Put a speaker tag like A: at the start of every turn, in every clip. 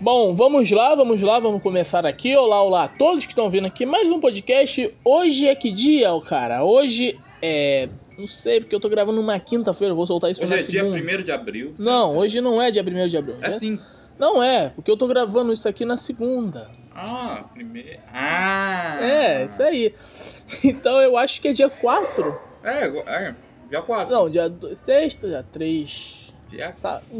A: Bom, vamos lá, vamos lá, vamos começar aqui. Olá, olá a todos que estão vindo aqui. Mais um podcast. Hoje é que dia, ô cara? Hoje é. Não sei, porque eu tô gravando numa quinta-feira, eu vou soltar isso
B: Hoje
A: na
B: é dia
A: segunda.
B: 1 de abril.
A: Não, hoje não é dia 1 de abril.
B: É
A: né?
B: sim.
A: Não é, porque eu tô gravando isso aqui na segunda.
B: Ah, primeiro. Ah!
A: É, isso aí. Então eu acho que é dia 4.
B: É, agora- é, dia 4.
A: Não, dia 2, sexta, dia 3.
B: Dia-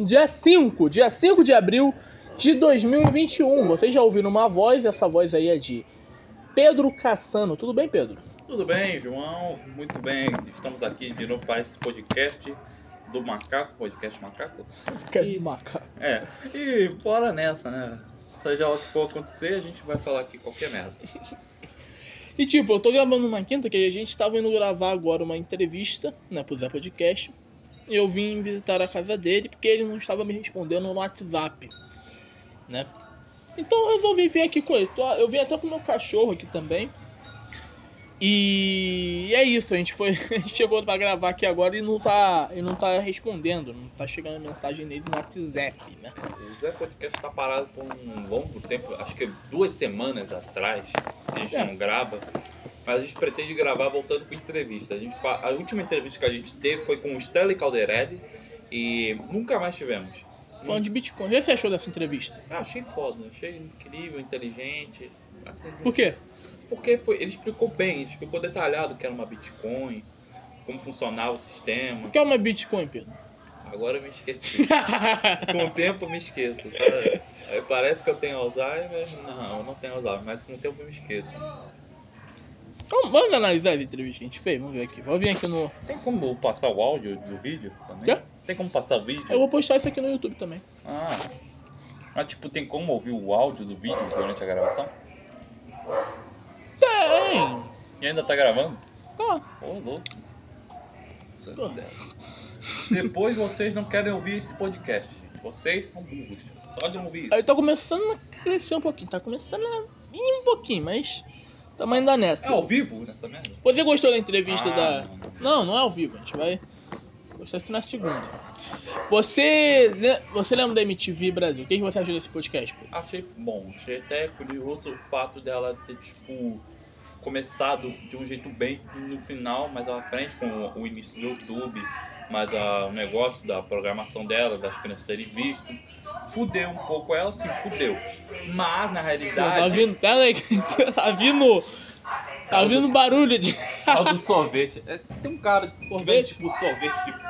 A: Dia 5, dia 5 de abril de 2021. Vocês já ouviram uma voz, essa voz aí é de Pedro Cassano. Tudo bem, Pedro?
B: Tudo bem, João? Muito bem. Estamos aqui de novo para esse podcast do Macaco, podcast Macaco.
A: Cadê macaco?
B: É, e bora nessa, né? Seja lá o que for acontecer, a gente vai falar aqui qualquer merda.
A: E tipo, eu tô gravando uma quinta que a gente tava indo gravar agora uma entrevista, né, pro Zé Podcast. E eu vim visitar a casa dele porque ele não estava me respondendo no WhatsApp, né? Então eu resolvi vir aqui com ele. Tô- Eu vim até com o meu cachorro aqui também. E é isso, a gente foi, a gente chegou pra gravar aqui agora e não tá, e não tá respondendo, não tá chegando mensagem nele no WhatsApp, né?
B: O Zé Podcast tá parado por um longo tempo, acho que duas semanas atrás, a gente
A: É.
B: não grava, mas a gente pretende gravar voltando com entrevista. A, gente, pa- a última entrevista que a gente teve foi com o Stanley Calderelli e nunca mais tivemos.
A: Falando de Bitcoin, o que você achou dessa entrevista?
B: Ah, achei foda, achei incrível, inteligente. assim,
A: Por quê?
B: porque foi, ele explicou bem, ele explicou detalhado o que era uma Bitcoin, como funcionava o sistema.
A: O que é uma Bitcoin, Pedro?
B: Agora eu me esqueci. com o tempo eu me esqueço. sabe? Aí Parece que eu tenho Alzheimer. Não, eu não tenho Alzheimer, mas com o tempo eu me esqueço.
A: Então, vamos analisar as entrevistas que a gente fez? Vamos ver aqui. Vou vir aqui no.
B: Tem como passar o áudio do vídeo também?
A: Quê?
B: Tem como passar o vídeo?
A: Eu vou postar isso aqui no YouTube também.
B: Ah. Mas tipo, tem como ouvir o áudio do vídeo durante a gravação?
A: Tem!
B: E ainda tá gravando?
A: Tá.
B: Ô, louco. Isso é
A: Pô.
B: ideia. Depois vocês não querem ouvir esse podcast, gente. Vocês são burros. Só de ouvir
A: Aí
B: isso.
A: tá começando a crescer um pouquinho. Tá começando a vir um pouquinho, mas. Tamo ainda
B: É
A: nessa.
B: ao vivo nessa merda?
A: Você gostou da entrevista
B: Ah,
A: da. Não, não é ao vivo. A gente vai. Postar isso na segunda. Você. né, Você lembra da MTV Brasil? O que que você achou desse podcast? Pedro?
B: Achei bom, achei até curioso o fato dela ter, tipo, começado de um jeito bem no final, mas à frente com o início do YouTube, mas ah, o negócio da programação dela, das crianças terem visto, fudeu um pouco ela, sim, fudeu. Mas, na
A: Tá
B: realidade,
A: vindo. Pera aí. que Tá vindo. Tá vindo barulho de.
B: tal do sorvete. É, tem um cara que vende,
A: Sorvete?
B: tipo, sorvete de...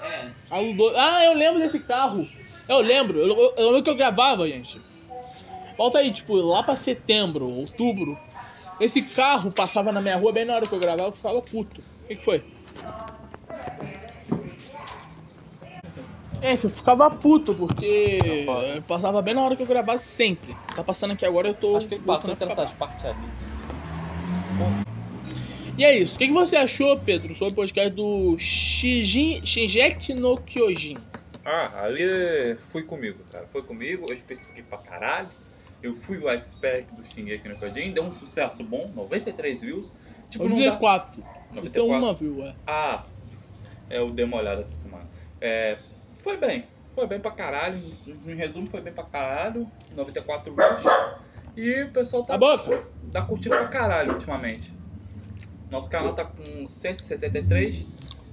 B: É,
A: Algo doido. Ah, eu lembro desse carro. Eu lembro. Eu, eu- eu lembro que eu gravava, gente. Volta aí, tipo, lá pra setembro, outubro. Esse carro passava na minha rua bem na hora que eu gravava, eu ficava puto. O que, que foi? É, eu ficava puto, porque eh, passava bem na hora que eu gravava sempre. Tá passando aqui agora, eu tô.
B: acho que ele
A: voltando
B: passou
A: pra
B: entre
A: cá.
B: essas partes ali.
A: E é isso. O que, que você achou, Pedro, sobre o podcast do Shijin, Shinjek no Kyojin?
B: Ah, ali foi comigo, cara. Foi comigo, eu especifiquei pra caralho. Eu fui o expert do Shingeki no Kyojin, deu um sucesso bom, 93 views. Tipo, não dá...
A: 94. Então
B: 94.
A: uma viu, é.
B: Ah, é, eu dei uma olhada essa semana. É, foi bem, foi bem pra caralho. Em resumo, foi bem pra caralho, 94 views. E o pessoal tá,
A: Tá bom, pô.
B: tá curtindo pra caralho ultimamente. Nosso canal tá com 163.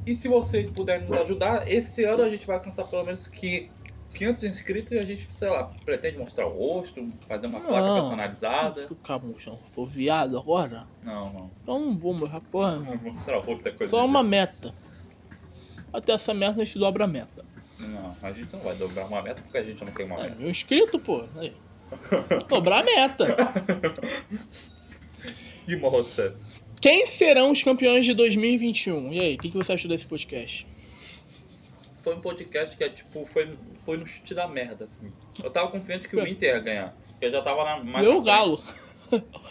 B: E se vocês puderem nos ajudar, esse ano a gente vai alcançar pelo menos que 500 inscritos e a gente, sei lá, pretende mostrar o rosto, fazer uma placa
A: Não.
B: personalizada.
A: Isso, Calma, chão. Sou viado agora.
B: Não, não.
A: Então não vou morrer, porra. não.
B: Não vou mostrar o rosto é coisa.
A: Só
B: de-
A: uma meta. Até essa meta a gente dobra a meta.
B: Não, a gente não vai dobrar uma meta porque a gente não tem uma
A: É,
B: meta.
A: meu inscrito, pô. Aí. Dobrar a meta.
B: Que moça.
A: Quem serão os campeões de 2021? E aí, o que, que você achou desse podcast?
B: Foi um podcast que é tipo, foi, foi no chute da merda, assim. Eu tava confiante que o Inter ia ganhar. Eu já tava na mais.
A: Meu
B: na frente.
A: É. galo.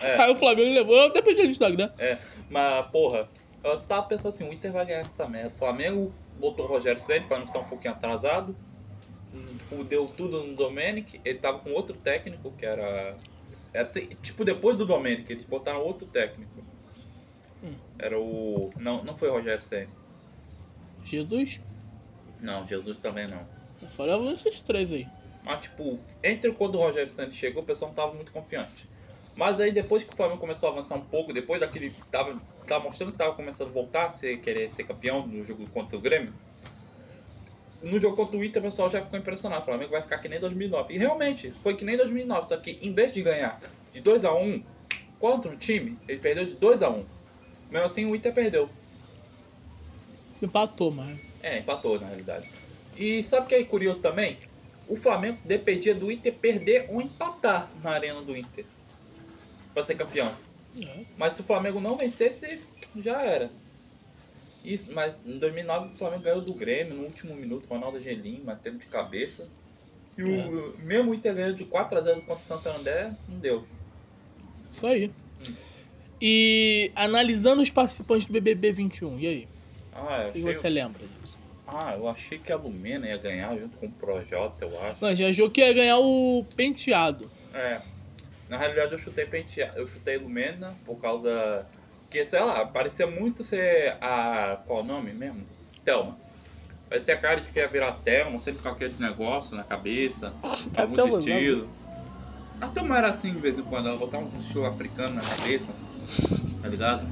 B: É.
A: Caiu o Flamengo e levou. Até postei no Instagram.
B: É, mas porra, eu tava pensando assim, o Inter vai ganhar essa merda. O Flamengo botou o Rogério Ceni, o Flamengo tá um pouquinho atrasado. Fudeu tudo no Domenic, ele tava com outro técnico que era. era assim, tipo, depois do Domenic, eles botaram outro técnico. Era o. Não, não foi o Rogério Ceni.
A: Jesus.
B: Não, Jesus também não.
A: Eu só levo esses três aí.
B: Mas, tipo, entre quando o Rogério Santos chegou, o pessoal não tava muito confiante. Mas aí depois que o Flamengo começou a avançar um pouco, depois daquele. Tava, tava mostrando que tava começando a voltar a ser, querer ser campeão no jogo contra o Grêmio. No jogo contra o Inter, o pessoal já ficou impressionado. O Flamengo vai ficar que nem 2009. E realmente, foi que nem 2009. Só que em vez de ganhar de 2x1 contra o time, ele perdeu de 2x1. Mesmo assim, o Inter perdeu.
A: Empatou, mano.
B: É, empatou na realidade. E sabe o que é curioso também? O Flamengo dependia do Inter perder ou empatar na arena do Inter pra ser campeão.
A: É.
B: Mas se o Flamengo não vencesse, já era. Isso, mas em 2009 o Flamengo ganhou do Grêmio no último minuto, Ronaldo Gelim batendo de cabeça. E o mesmo o Inter ganhou de 4x0 contra o Santander, não deu.
A: Isso aí. E analisando os participantes do BBB 21, e aí?
B: Ah, eu
A: O que
B: achei,
A: você lembra disso?
B: ah, eu achei que a Lumena ia ganhar junto com o Projota, eu acho.
A: Não, já achou que ia ganhar o penteado.
B: É. Na realidade eu chutei pentea, eu chutei Lumena por causa que, sei lá, parecia muito ser a. qual o nome mesmo? Thelma. Parecia a cara de que ia virar Thelma, sempre com aquele negócio na cabeça,
A: A
B: alguns
A: Thelma não.
B: estilos. A Thelma era assim de vez em quando, ela botava um show africano na cabeça, tá ligado?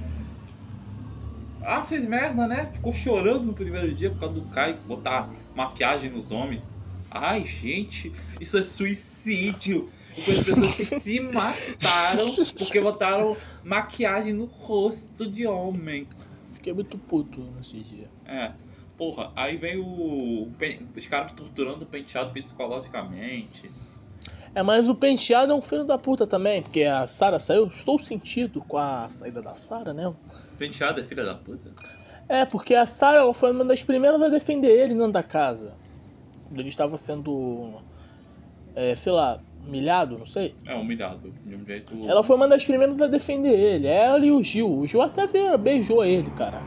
B: Ah, fez merda, né? Ficou chorando no primeiro dia por causa do Caio botar maquiagem nos homens. Ai, gente, isso é suicídio. E Foi as pessoas que se mataram porque botaram maquiagem no rosto de homem.
A: Fiquei muito puto nesse dia.
B: É. Porra, aí vem o. o pen- Os caras torturando o penteado psicologicamente.
A: É, mas o penteado é um filho da puta também, porque a Sara saiu. Estou sentido com a saída da Sara, né?
B: O penteado é filha da puta?
A: É, porque a Sarah ela foi uma das primeiras a defender ele dentro da casa. Ele estava sendo, é, sei lá, humilhado, não sei.
B: É, humilhado. De um jeito.
A: Ela foi uma das primeiras a defender ele. é Ela e o Gil. O Gil até veio- beijou ele, cara.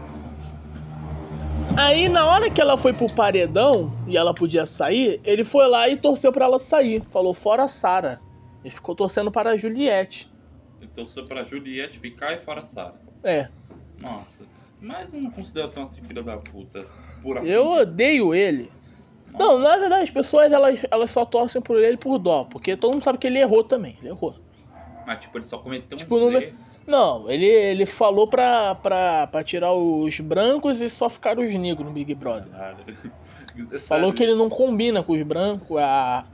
A: Aí, na hora que ela foi pro paredão e ela podia sair, ele foi lá e torceu pra ela sair. Falou, fora a Sarah. E ficou torcendo para a Juliette.
B: Ele torceu pra Juliette ficar e fora a Sarah.
A: É,
B: Nossa. Mas eu não considero tão assim filha da puta. Por assim
A: Eu
B: dizer.
A: odeio ele. Não, na verdade, as pessoas elas, elas só torcem por ele por dó, porque todo mundo sabe que ele errou também. Ele errou.
B: Mas tipo, ele só cometeu um
A: Tipo, não,
B: erro.
A: não ele, ele falou pra, pra, pra tirar os brancos e só ficar os negros no Big Brother.
B: Caralho.
A: Falou
B: Sério.
A: que ele não combina com os brancos, a.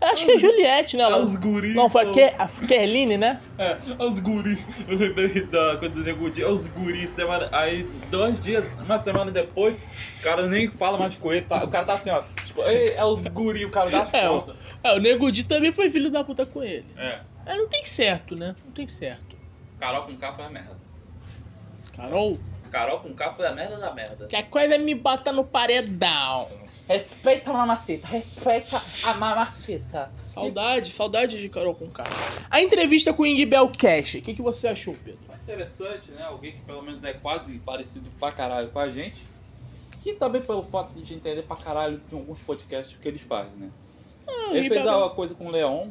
A: é, Acho que é Juliette, né?
B: os guris
A: Não, foi a,
B: são-
A: Ke, a Kerline, né?
B: É, é os guris. Eu lembrei da coisa do Nego Di, é os guris. Semana, aí, dois dias, uma semana depois, o cara nem fala mais com ele. tá- o cara tá assim, ó. Tipo, Ei, é os guris, o cara dá as
A: É, o,
B: costas.
A: é, o Nego Di também foi filho da puta com ele.
B: É,
A: É, não tem certo, né? Não tem certo.
B: Carol com K foi a merda.
A: Carol,
B: Carol com K foi a merda da merda.
A: que a coisa é me bota no paredão.
B: Respeita a mamacita, respeita a mamacita.
A: Saudade, saudade de Carol com K. A entrevista com o Ingbel Cash, o que, que você achou, Pedro?
B: É Interessante, né? Alguém que pelo menos é quase parecido pra caralho com a gente. E também pelo fato de a gente entender pra caralho de alguns podcasts que eles fazem, né? Ele fez
A: Ingbel-
B: alguma coisa com o Leon.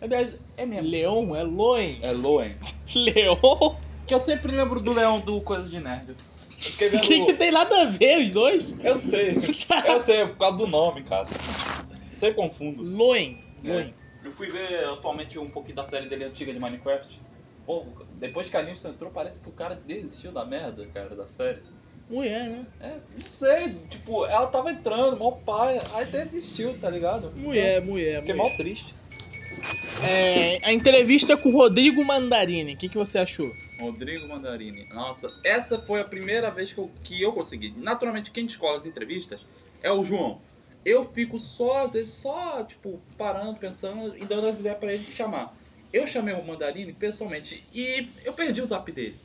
A: Aliás, É mesmo. Leon, é Loen.
B: É Loen.
A: Leon?
B: Que eu sempre lembro do Leão do Coisa de Nerd. Eu fiquei
A: O que, que tem nada a ver os dois?
B: Eu sei, eu sei, é por causa do nome, cara. Sempre confundo.
A: Loen. Loen.
B: É. Eu fui ver atualmente um pouquinho da série dele antiga de Minecraft. Pô, depois que a Nilson entrou, parece que o cara desistiu da merda, cara, da série.
A: Mulher, né?
B: É, não sei, tipo, ela tava entrando, mó pai, aí desistiu, tá ligado?
A: Mulher, mulher.
B: Fiquei
A: mulher.
B: mal triste.
A: É, a entrevista com o Rodrigo Mandarini, o que, que você achou?
B: Rodrigo Mandarini. Nossa, essa foi a primeira vez que eu, que eu consegui. Naturalmente, quem descola as entrevistas é o João. Eu fico só, às vezes, só, tipo, parando, pensando e dando as ideias pra ele chamar. Eu chamei o Mandarini pessoalmente e eu perdi o zap dele.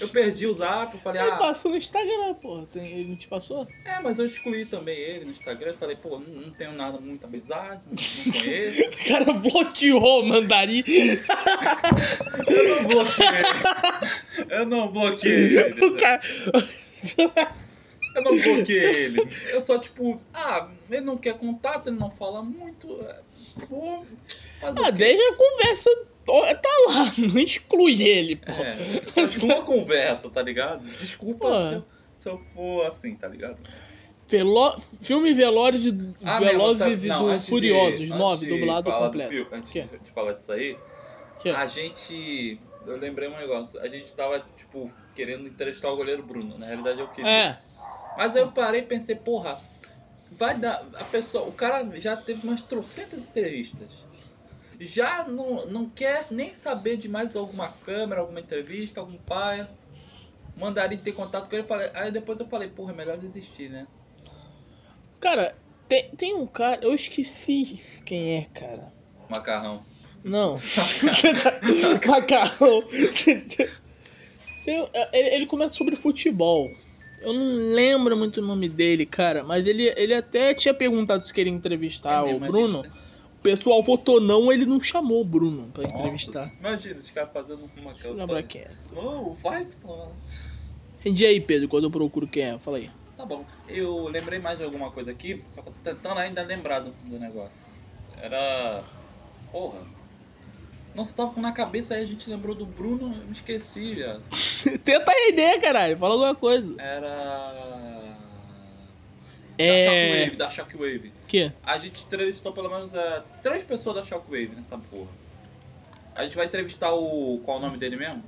B: Eu perdi o zap, eu falei,
A: Ele
B: ah,
A: passou no Instagram, porra. Tem- ele não te passou?
B: é, mas eu excluí também ele no Instagram. Eu falei, pô, não, não tenho nada muito amizade, não, não conheço.
A: O cara bloqueou o Mandarim.
B: Eu não bloqueei. Eu não bloqueei ele.
A: o cara...
B: Eu não bloqueei ele. Eu só, tipo, ah, ele não quer contato, ele não fala muito. é, Tipo, faz
A: Ah,
B: o quê?
A: desde a conversa to- tá lá, não exclui ele, pô.
B: É, só exclua a conversa, tá ligado? Desculpa
A: Pô.
B: se, eu, se eu for assim, tá ligado?
A: Veló- Filme Velozes e,
B: Ah, mesmo, tá-
A: Velozes e
B: não,
A: do
B: antes de-
A: Furiosos,
B: antes
A: 9,
B: de
A: dublado
B: falar do
A: completo.
B: filme- antes
A: Que?
B: de- de falar disso aí,
A: Que?
B: a gente. Eu lembrei um negócio. A gente tava, tipo, querendo entrevistar o goleiro Bruno. Na realidade, eu queria.
A: É,
B: Mas aí eu parei e pensei, porra, vai dar. A pessoa, o cara já teve umas trocentas entrevistas. Já não, não quer nem saber de mais alguma câmera, alguma entrevista, algum pai. Mandaria ter contato com ele. Falei, aí depois eu falei, porra, é melhor desistir, né?
A: cara, tem, tem um cara, eu esqueci quem é, cara.
B: Macarrão.
A: Não. Macarrão. Tem- ele, ele começa sobre futebol. Eu não lembro muito o nome dele, cara, mas ele, ele até tinha perguntado se queria entrevistar
B: É
A: o
B: mesmo,
A: Bruno.
B: mas isso,
A: O pessoal votou não, ele não chamou o Bruno pra
B: Nossa,
A: entrevistar.
B: Imagina, os caras fazendo uma
A: Não
B: câmera.
A: lembro quem é.
B: Não, vai, Tom.
A: E aí, Pedro, quando eu procuro quem é? Fala aí.
B: Tá bom. Eu lembrei mais de alguma coisa aqui, só que eu tô tentando ainda lembrar do, do negócio. Era. Porra. Nossa, tava com na cabeça aí, a gente lembrou do Bruno, eu me esqueci, viado.
A: Tenta render, caralho. Fala alguma coisa.
B: um Era. Da
A: É.
B: Shockwave, da Shockwave.
A: Que?
B: A gente entrevistou pelo menos é, três pessoas da Shockwave nessa porra. A gente vai entrevistar o. Qual é o nome dele mesmo?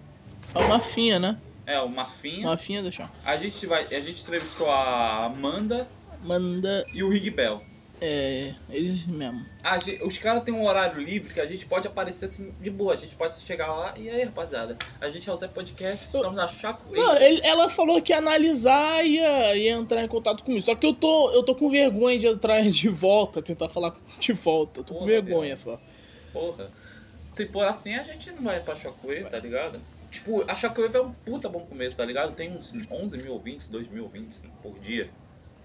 A: É o Mafinha, né?
B: É, o Marfinha.
A: Mafinha, deixa eu.
B: A gente vai. A gente entrevistou a Amanda
A: Manda.
B: e o Rig Bell.
A: É. Eles mesmo.
B: A gente- os caras têm um horário livre que a gente pode aparecer assim de boa. A gente pode chegar lá e aí, rapaziada. A gente é o Zé Podcast, estamos na Chaco.
A: Não, é- ele- ela falou que ia analisar e ia, ia entrar em contato comigo. Só que eu tô, eu tô com vergonha de entrar de volta, tentar falar de volta. Eu tô com
B: Porra,
A: vergonha só.
B: Porra. Se for assim, a gente não vai pra Shockwave, tá ligado? Tipo, a Shockwave é um puta bom começo, tá ligado? Tem uns 11 mil ouvintes, 2 mil ouvintes por dia.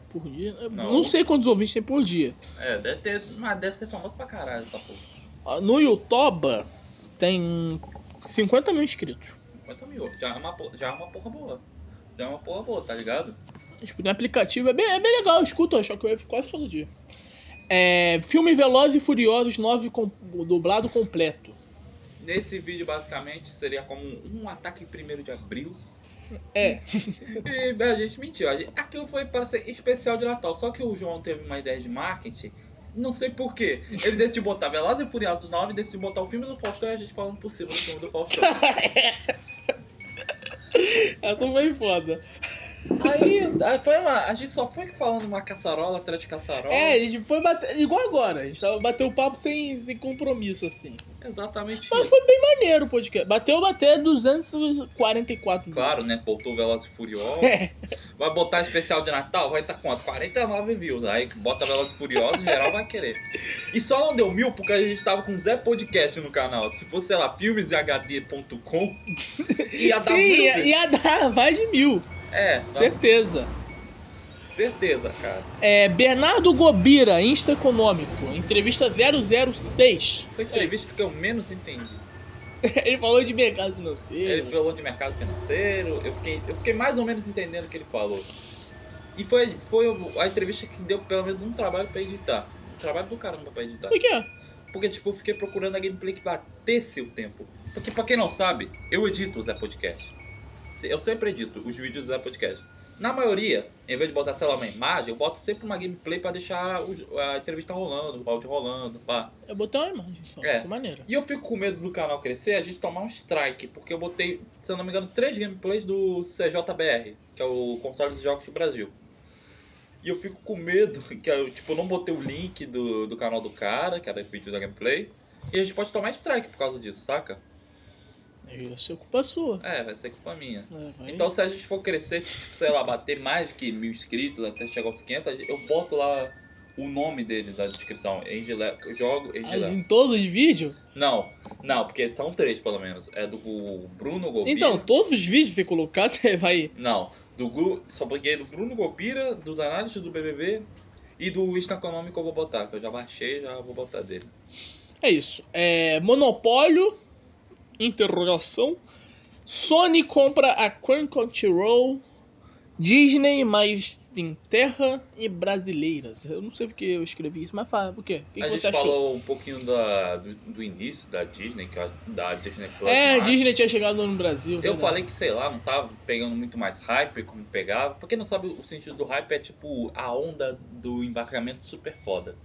A: Por dia? Eu Não.
B: Não.
A: sei quantos ouvintes tem por dia.
B: É, deve ter. Mas deve ser famoso pra caralho essa porra.
A: Ah, No Yotoba tem 50 mil inscritos.
B: 50 mil. Já é uma, por- já é uma porra boa. Já é uma porra boa, tá ligado?
A: Tipo, no aplicativo é bem, é bem legal, eu escuto, eu acho que eu ia ficar quase todo dia. É, filme Velozes e Furiosos 9 com, dublado completo.
B: Nesse vídeo, basicamente, seria como um ataque em 1 de abril.
A: É.
B: E a gente mentiu. A gente- Aquilo foi para ser especial de Natal. Só que o João teve uma ideia de marketing. Não sei porquê. Ele decidiu botar Velozes e Furiosos 9, decidiu botar o filme do Faustão e a gente falando por cima do filme do Faustão.
A: Essa foi foda.
B: aí, aí foi uma, a gente só foi falando uma caçarola atrás de caçarola.
A: É, a gente foi bater. Igual agora, a gente tava bateu o papo sem, sem compromisso, assim.
B: Exatamente
A: Mas
B: isso.
A: foi bem maneiro o podcast. Bateu, bateu 244
B: Claro, né? Botou Velozes e Furiosos.
A: É.
B: Vai botar um especial de Natal, vai estar quanto? 49 views. Aí bota Velozes e Furiosos, geral vai querer. E só não deu mil porque a gente tava com Zé Podcast no canal. Se fosse, sei lá, filmeshd.com, ia dar
A: Sim,
B: mil.
A: ia,
B: views.
A: ia dar mais de mil.
B: É, nossa,
A: Certeza.
B: certeza, cara.
A: É, Bernardo Gobira, Insta Econômico. Entrevista 006.
B: Foi a entrevista que eu menos entendi.
A: Ele falou de mercado
B: Ele
A: financeiro.
B: falou de mercado financeiro, eu fiquei, eu fiquei mais ou menos entendendo o que ele falou. E foi, foi a entrevista que deu pelo menos um trabalho pra editar. Um trabalho do caramba pra editar.
A: Por quê?
B: Porque, tipo, eu fiquei procurando a gameplay que batesse o tempo. Porque, pra quem não sabe, eu edito o Zé Podcast. Se- Eu sempre edito os vídeos do Zé Podcast. Na maioria, em vez de botar, sei lá, uma imagem, eu boto sempre uma gameplay pra deixar os- a entrevista rolando, o áudio rolando, pá.
A: Eu botei uma imagem só,
B: É.
A: ficou maneiro.
B: E eu fico com medo do canal crescer, a gente tomar um strike, porque eu botei, se eu não me engano, três gameplays do CJBR, que é o console de jogos do Brasil. E eu fico com medo, que eu, tipo, não botei o link do, do canal do cara, que era vídeo da gameplay, e a gente pode tomar strike por causa disso, saca?
A: Isso é culpa sua.
B: É, vai ser culpa minha.
A: É, vai.
B: Então se a gente for crescer, tipo, sei lá, bater mais que mil inscritos, até chegar aos 500, a gente- eu boto lá o nome dele na descrição, Angela, jogo
A: Ah,
B: Angela.
A: em todos os vídeos?
B: Não, não, porque são três pelo menos. É do Bruno Gobira.
A: Então, todos os vídeos que colocar, você vai.
B: Não, do Gu, só peguei do Bruno Gobira, dos análises do BBB e do Insta Econômico eu vou botar, que eu já baixei já vou botar dele.
A: É isso. É, monopólio, interrogação. Sony compra a Crunchyroll Disney mais tem terra e brasileiras. Eu não sei porque eu escrevi isso, mas fala, por quê? O que,
B: a
A: que
B: gente
A: você achou?
B: falou um pouquinho da, do, do início da Disney, que eu acho- da Disney Plus.
A: é,
B: mais.
A: Disney né? tinha chegado no Brasil.
B: Eu
A: verdade.
B: falei que, sei lá, não tava pegando muito mais hype como pegava. Pra quem não sabe, o sentido do hype é tipo a onda do embarcamento super foda.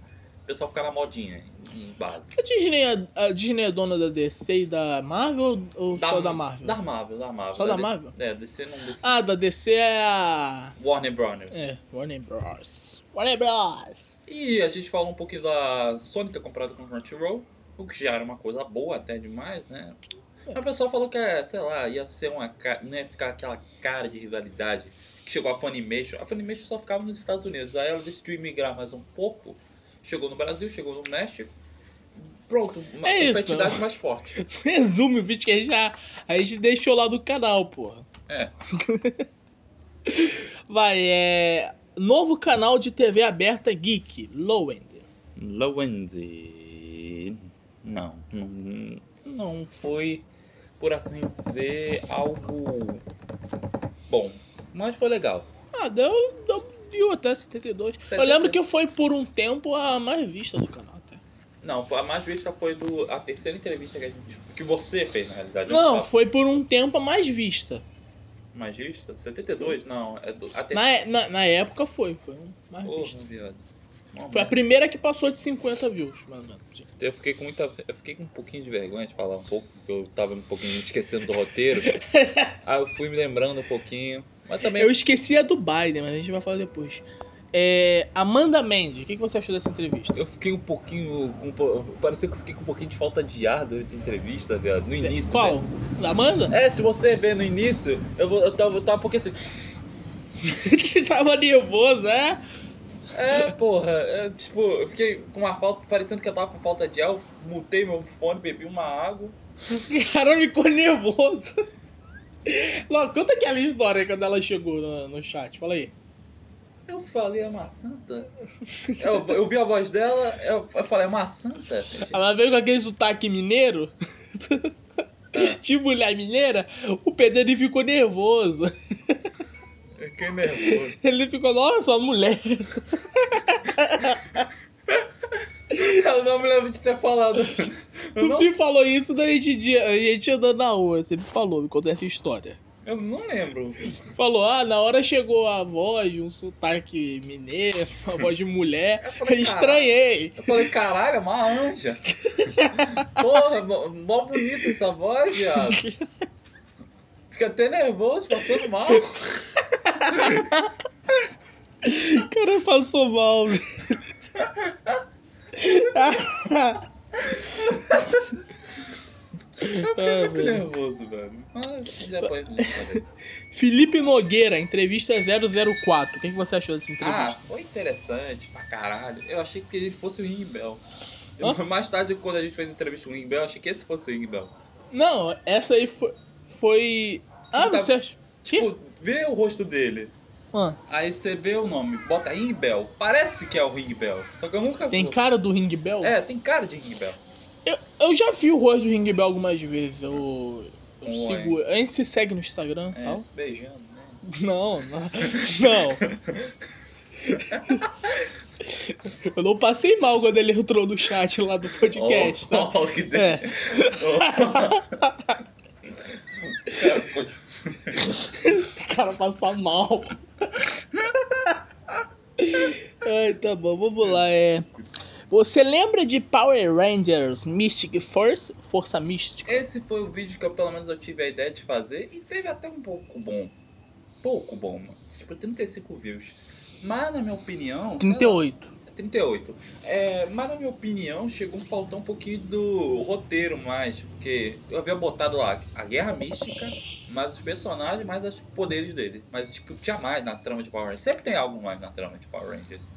B: O pessoal fica na modinha, em base.
A: A Disney, é- a, Disney é dona da DC e da Marvel ou só da Marvel?
B: Da Marvel, da Marvel.
A: Só da
B: D-
A: Marvel?
B: É, DC não DC.
A: Ah, da DC é a.
B: Warner Brothers.
A: É, Warner Bros. Warner Bros.
B: E a gente falou um pouquinho da Sony ter comprado com Crunchyroll, o que já era uma coisa boa até demais, né? Mas o pessoal falou que, é, sei lá, ia ser uma cara, não ia ficar aquela cara de rivalidade que chegou a Funimation. A Funimation só ficava nos Estados Unidos, aí ela decidiu migrar mais um pouco, chegou no Brasil, chegou no México, pronto, uma
A: É isso,
B: competitividade
A: pô.
B: mais forte.
A: Resume o vídeo que a gente, já, a gente deixou lá do canal, porra.
B: É,
A: Vai, é. Novo canal de TV aberta Geek, Lowender.
B: Lowendy. Não, não, não foi, por assim dizer, algo bom. Mas foi legal.
A: Ah, deu, deu viu até 72. Eu
B: 70.
A: lembro que foi por um tempo a mais vista do canal até.
B: Não, a mais vista foi do, a terceira entrevista que a gente. que você fez, na realidade.
A: Não,
B: Opa,
A: foi por um tempo a mais vista.
B: Mais vista? 72? Não, é do, a terceira.
A: Na, na, na época foi, foi um mais
B: Porra,
A: vista.
B: viado. Uma
A: Foi a
B: merda.
A: primeira que passou de 50 views, mais ou menos.
B: Eu fiquei com muita. Eu fiquei com um pouquinho de vergonha de falar um pouco, porque eu tava um pouquinho esquecendo do roteiro. Aí eu fui me lembrando um pouquinho. Mas também.
A: Eu esqueci a do Biden, mas a gente vai falar depois. É, Amanda Mendes, o que que você achou dessa entrevista?
B: Eu fiquei um pouquinho. Com, po- parecia que eu fiquei com um pouquinho de falta de ar durante a entrevista, viado. No início.
A: Qual?
B: né?
A: Da Amanda?
B: É, se você vê no início, eu, vou, eu, tava, eu tava porque assim.
A: Você tava nervoso, é?
B: É, porra. é, tipo, eu fiquei com uma falta. Parecendo que eu tava com falta de ar. Eu mutei meu fone, bebi uma água.
A: Cara, ficou nervoso. Logo, conta aquela história quando ela chegou no, no chat. Fala aí.
B: Eu falei, é maçanta? Eu, eu vi a voz dela, eu, eu falei, é maçanta?
A: Ela veio com aquele sotaque mineiro. De mulher mineira, o Pedro ele ficou nervoso.
B: Eu fiquei nervoso.
A: Ele ficou, nossa, uma mulher.
B: Eu não me lembro de ter falado. Eu
A: Tu
B: não,
A: me falou isso daí de dia, a gente andando na rua, você me falou, me contou essa história.
B: eu não lembro.
A: Falou, ah, na hora chegou a voz, um sotaque mineiro, uma voz de mulher.
B: Eu
A: Eu
B: falei,
A: estranhei.
B: Eu falei, caralho, é uma anja. Porra, mó mó bonita essa voz, viado. Fica até nervoso, passando mal.
A: O cara passou mal. velho.
B: Eu
A: Ah,
B: fiquei muito
A: velho.
B: nervoso, velho. Mas depois eu falei.
A: Felipe Nogueira, entrevista 004. O que, que você achou dessa
B: Ah,
A: entrevista?
B: foi interessante pra caralho. Eu achei que ele fosse o Ring Bell. Mais tarde, quando a gente fez entrevista com o Ring Bell, eu achei que esse fosse o Ring Bell.
A: Não, essa aí foi. foi... Ah,
B: Tá-
A: você achou.
B: Tipo,
A: Que?
B: vê o rosto dele.
A: Ah,
B: Aí você vê o nome, bota Ring Bell. Parece que é o Ring Bell. Só que eu nunca
A: tem
B: vi.
A: cara do Ring Bell?
B: É, tem cara de Ring Bell.
A: Eu, eu já vi o rosto do Ring Bell algumas vezes. Eu, eu
B: Ué.
A: sigo. A gente se segue no Instagram e
B: Um É,
A: tal?
B: se beijando, né?
A: Não, não. Não. Eu não passei mal quando ele entrou no chat lá do podcast, tá?
B: Oh, que de...
A: É.
B: Cara, ficou de-
A: O cara passa mal. Ai, tá bom, vamos lá. É. Você lembra de Power Rangers Mystic Force? Força Mística?
B: Esse foi o vídeo que eu, pelo menos eu tive a ideia de fazer e teve até um pouco bom. Pouco bom, mano. Tipo, 35 views. Mas, na minha opinião... sei lá,
A: 38.
B: 38. É, mas na minha opinião, chegou a faltar um pouquinho do roteiro mais, porque eu havia botado lá a guerra mística, mais os personagens, mais os poderes dele. Mas tipo, tinha mais na trama de Power Rangers. Sempre tem algo mais na trama de Power Rangers.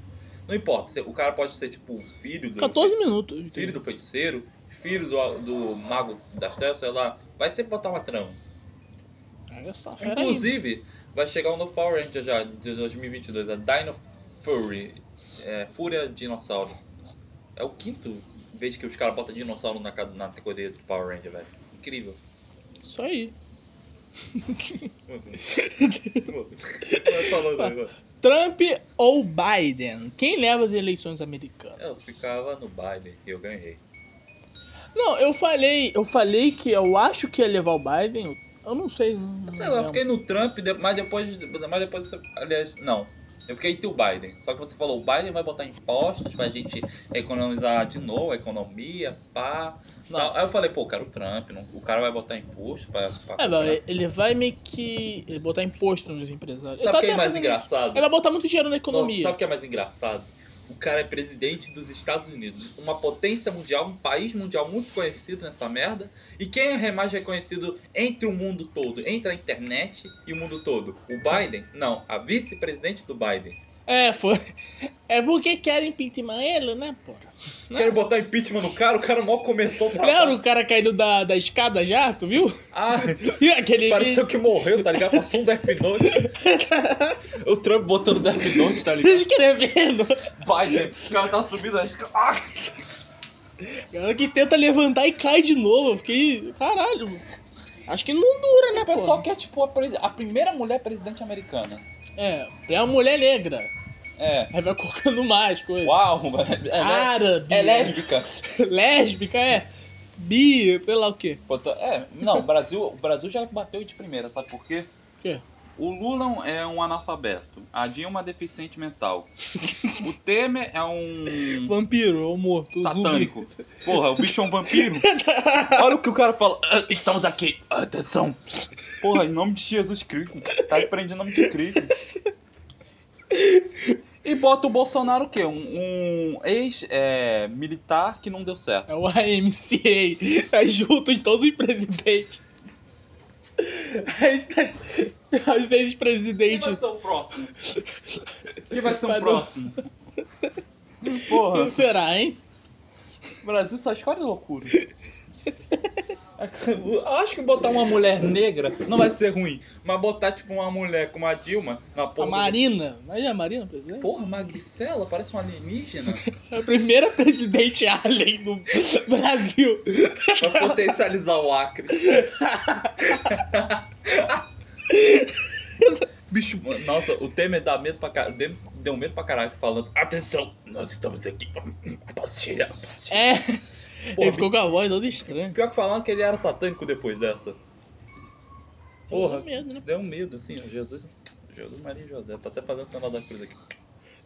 B: Não importa, se- o cara pode ser tipo o filho do.
A: 14 minutos.
B: Filho do feiticeiro, filho do, do mago das trevas, sei lá. Vai sempre botar uma trama.
A: Olha só, fera aí.
B: Inclusive, vai chegar um novo Power Ranger já, de 2022, a Dino Fury. É, Fúria Dinossauro. É o quinto vez que os caras botam dinossauro na, ca- na categoria do Power Ranger, velho. Incrível.
A: Isso aí.
B: Falando agora.
A: Trump ou Biden? Quem leva as eleições americanas?
B: Eu ficava no baile e eu ganhei.
A: Não, eu falei, eu falei que eu acho que ia levar o Biden. Eu não sei. Não
B: Sei lá, eu
A: lembro.
B: fiquei no Trump, de- mas depois. Mas depois. Aliás, não. Eu fiquei entre o Biden. Só que você falou, o Biden vai botar impostos pra gente economizar de novo a economia, pá.
A: Não.
B: tal. Aí eu falei, pô, eu quero o Trump, não- o cara vai botar imposto pra. pra
A: É, vai- ele vai meio que ele botar imposto nos empresários.
B: Sabe
A: Ele tá
B: o que é
A: até
B: mais
A: fazendo
B: engraçado?
A: isso. Ele vai botar muito dinheiro na
B: Nossa,
A: economia.
B: sabe o que é mais engraçado? O cara é presidente dos Estados Unidos, uma potência mundial, um país mundial muito conhecido nessa merda. E quem é mais reconhecido entre o mundo todo, entre a internet e o mundo todo? O Biden? Não, a vice-presidente do Biden.
A: É, foi. É porque querem impeachment ele, né, porra?
B: Querem botar impeachment no cara, o cara mal começou o
A: Lembra
B: trabalho.
A: o cara caindo da, da escada já, tu viu?
B: Ah,
A: E aquele.
B: pareceu que morreu, tá ligado? Passou um Death Note. o Trump botando Death Note, tá ligado?
A: Escrevendo.
B: Biden, o cara tá subindo a escada. Ah!
A: Cara que tenta levantar e cai de novo. Eu fiquei. Caralho. Acho que não dura, né,
B: O pessoal
A: pessoal?
B: quer, tipo, a, presi- a primeira mulher presidente americana.
A: É, é uma mulher negra.
B: É.
A: Aí vai colocando mais coisa.
B: Uau, ela
A: Árabe.
B: é, é lésbica.
A: Lésbica, é. Bi, sei lá o quê.
B: Bota- É, não, o Brasil, o Brasil já bateu de primeira, sabe por quê?
A: O quê?
B: O Lula é um analfabeto, a Dilma é deficiente mental, o Temer é um
A: Vampiro, ou morto, zumbi.
B: satânico. Porra, o bicho é um vampiro. Olha o que o cara fala. "Ah, Estamos aqui, atenção. Porra, em nome de Jesus Cristo. Tá prendendo em nome de Cristo. E bota o Bolsonaro o quê? Um, um ex-militar que não deu certo.
A: É o AMCA. Aí juntos Tá todos os presidentes. Aí está- Aí os
B: Quem vai
A: ex-presidentes.
B: ser o próximo? Quem vai ser
A: Vai
B: o
A: do-
B: próximo? Porra,
A: Quem será, hein?
B: o Brasil só escolhe loucura. Eu Acho que botar uma mulher negra não vai ser ruim, mas botar tipo uma mulher como a Dilma na
A: A
B: porra. do-
A: Marina. Mas é a Marina, presidente?
B: Porra, magricela, parece um alienígena.
A: É a primeira presidente alien do Brasil.
B: Pra potencializar o Acre. Bicho, mano, nossa, o Temer dá medo pra caralho. Deu medo pra caralho falando: Atenção, nós estamos aqui. Pastilha, pastilha.
A: É.
B: Pô,
A: Ele ficou com a voz toda estranha.
B: Pior que falaram que ele era satânico depois dessa. Porra,
A: Deu medo, né?
B: deu medo, assim, ó, Jesus, Jesus Maria e José, tá até fazendo sinal da cruz aqui.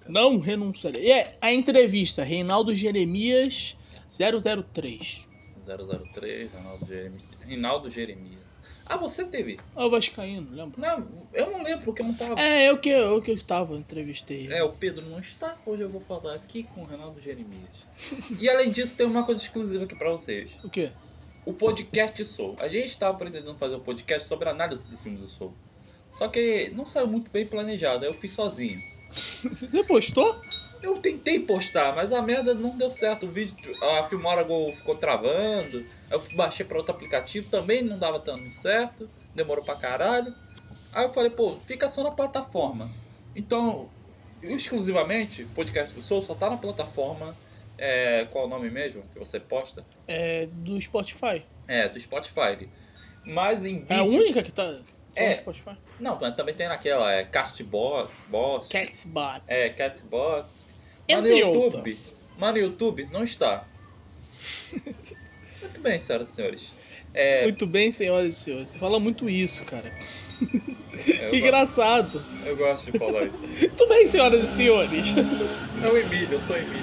A: Não renunciarei. E é, a entrevista, Reinaldo Jeremias 003.
B: 003, Reinaldo Jeremias. Reinaldo Jeremias. Ah, você teve?
A: Ah, o Vascaíno, lembra?
B: Não, eu não lembro porque eu não tava.
A: É, eu que eu que eu estava, entrevistei.
B: É, o Pedro não está, hoje eu vou falar aqui com o Reinaldo Jeremias. E além disso, tem uma coisa exclusiva aqui pra vocês.
A: O quê?
B: o podcast Soul. A gente estava pretendendo fazer um podcast sobre análise do filme do Soul. Só que não saiu muito bem planejado, aí eu fiz sozinho.
A: Você postou?
B: Eu tentei postar, mas a merda não deu certo. O vídeo, a Filmora Go ficou travando. Eu baixei para outro aplicativo, também não dava tanto certo. Demorou pra caralho. Aí eu falei, pô, fica só na plataforma. Então, exclusivamente, o podcast do Soul só tá na plataforma. é, qual é o nome mesmo que você posta?
A: É do Spotify.
B: É, do Spotify. Mas em vídeo.
A: É a única que tá só
B: É.
A: no Spotify.
B: Não, mas também tem naquela, é Castbox, Boss,
A: Catsbots.
B: é Catbox. Mas no
A: Entre
B: YouTube,
A: outras.
B: mas no YouTube não está. Muito bem, senhoras e senhores. É,
A: Muito bem, senhoras e senhores. Você fala muito isso, cara.
B: eu,
A: que
B: go-
A: engraçado.
B: eu gosto de falar isso.
A: Muito bem, senhoras e senhores.
B: É o Emílio, eu sou o Emílio.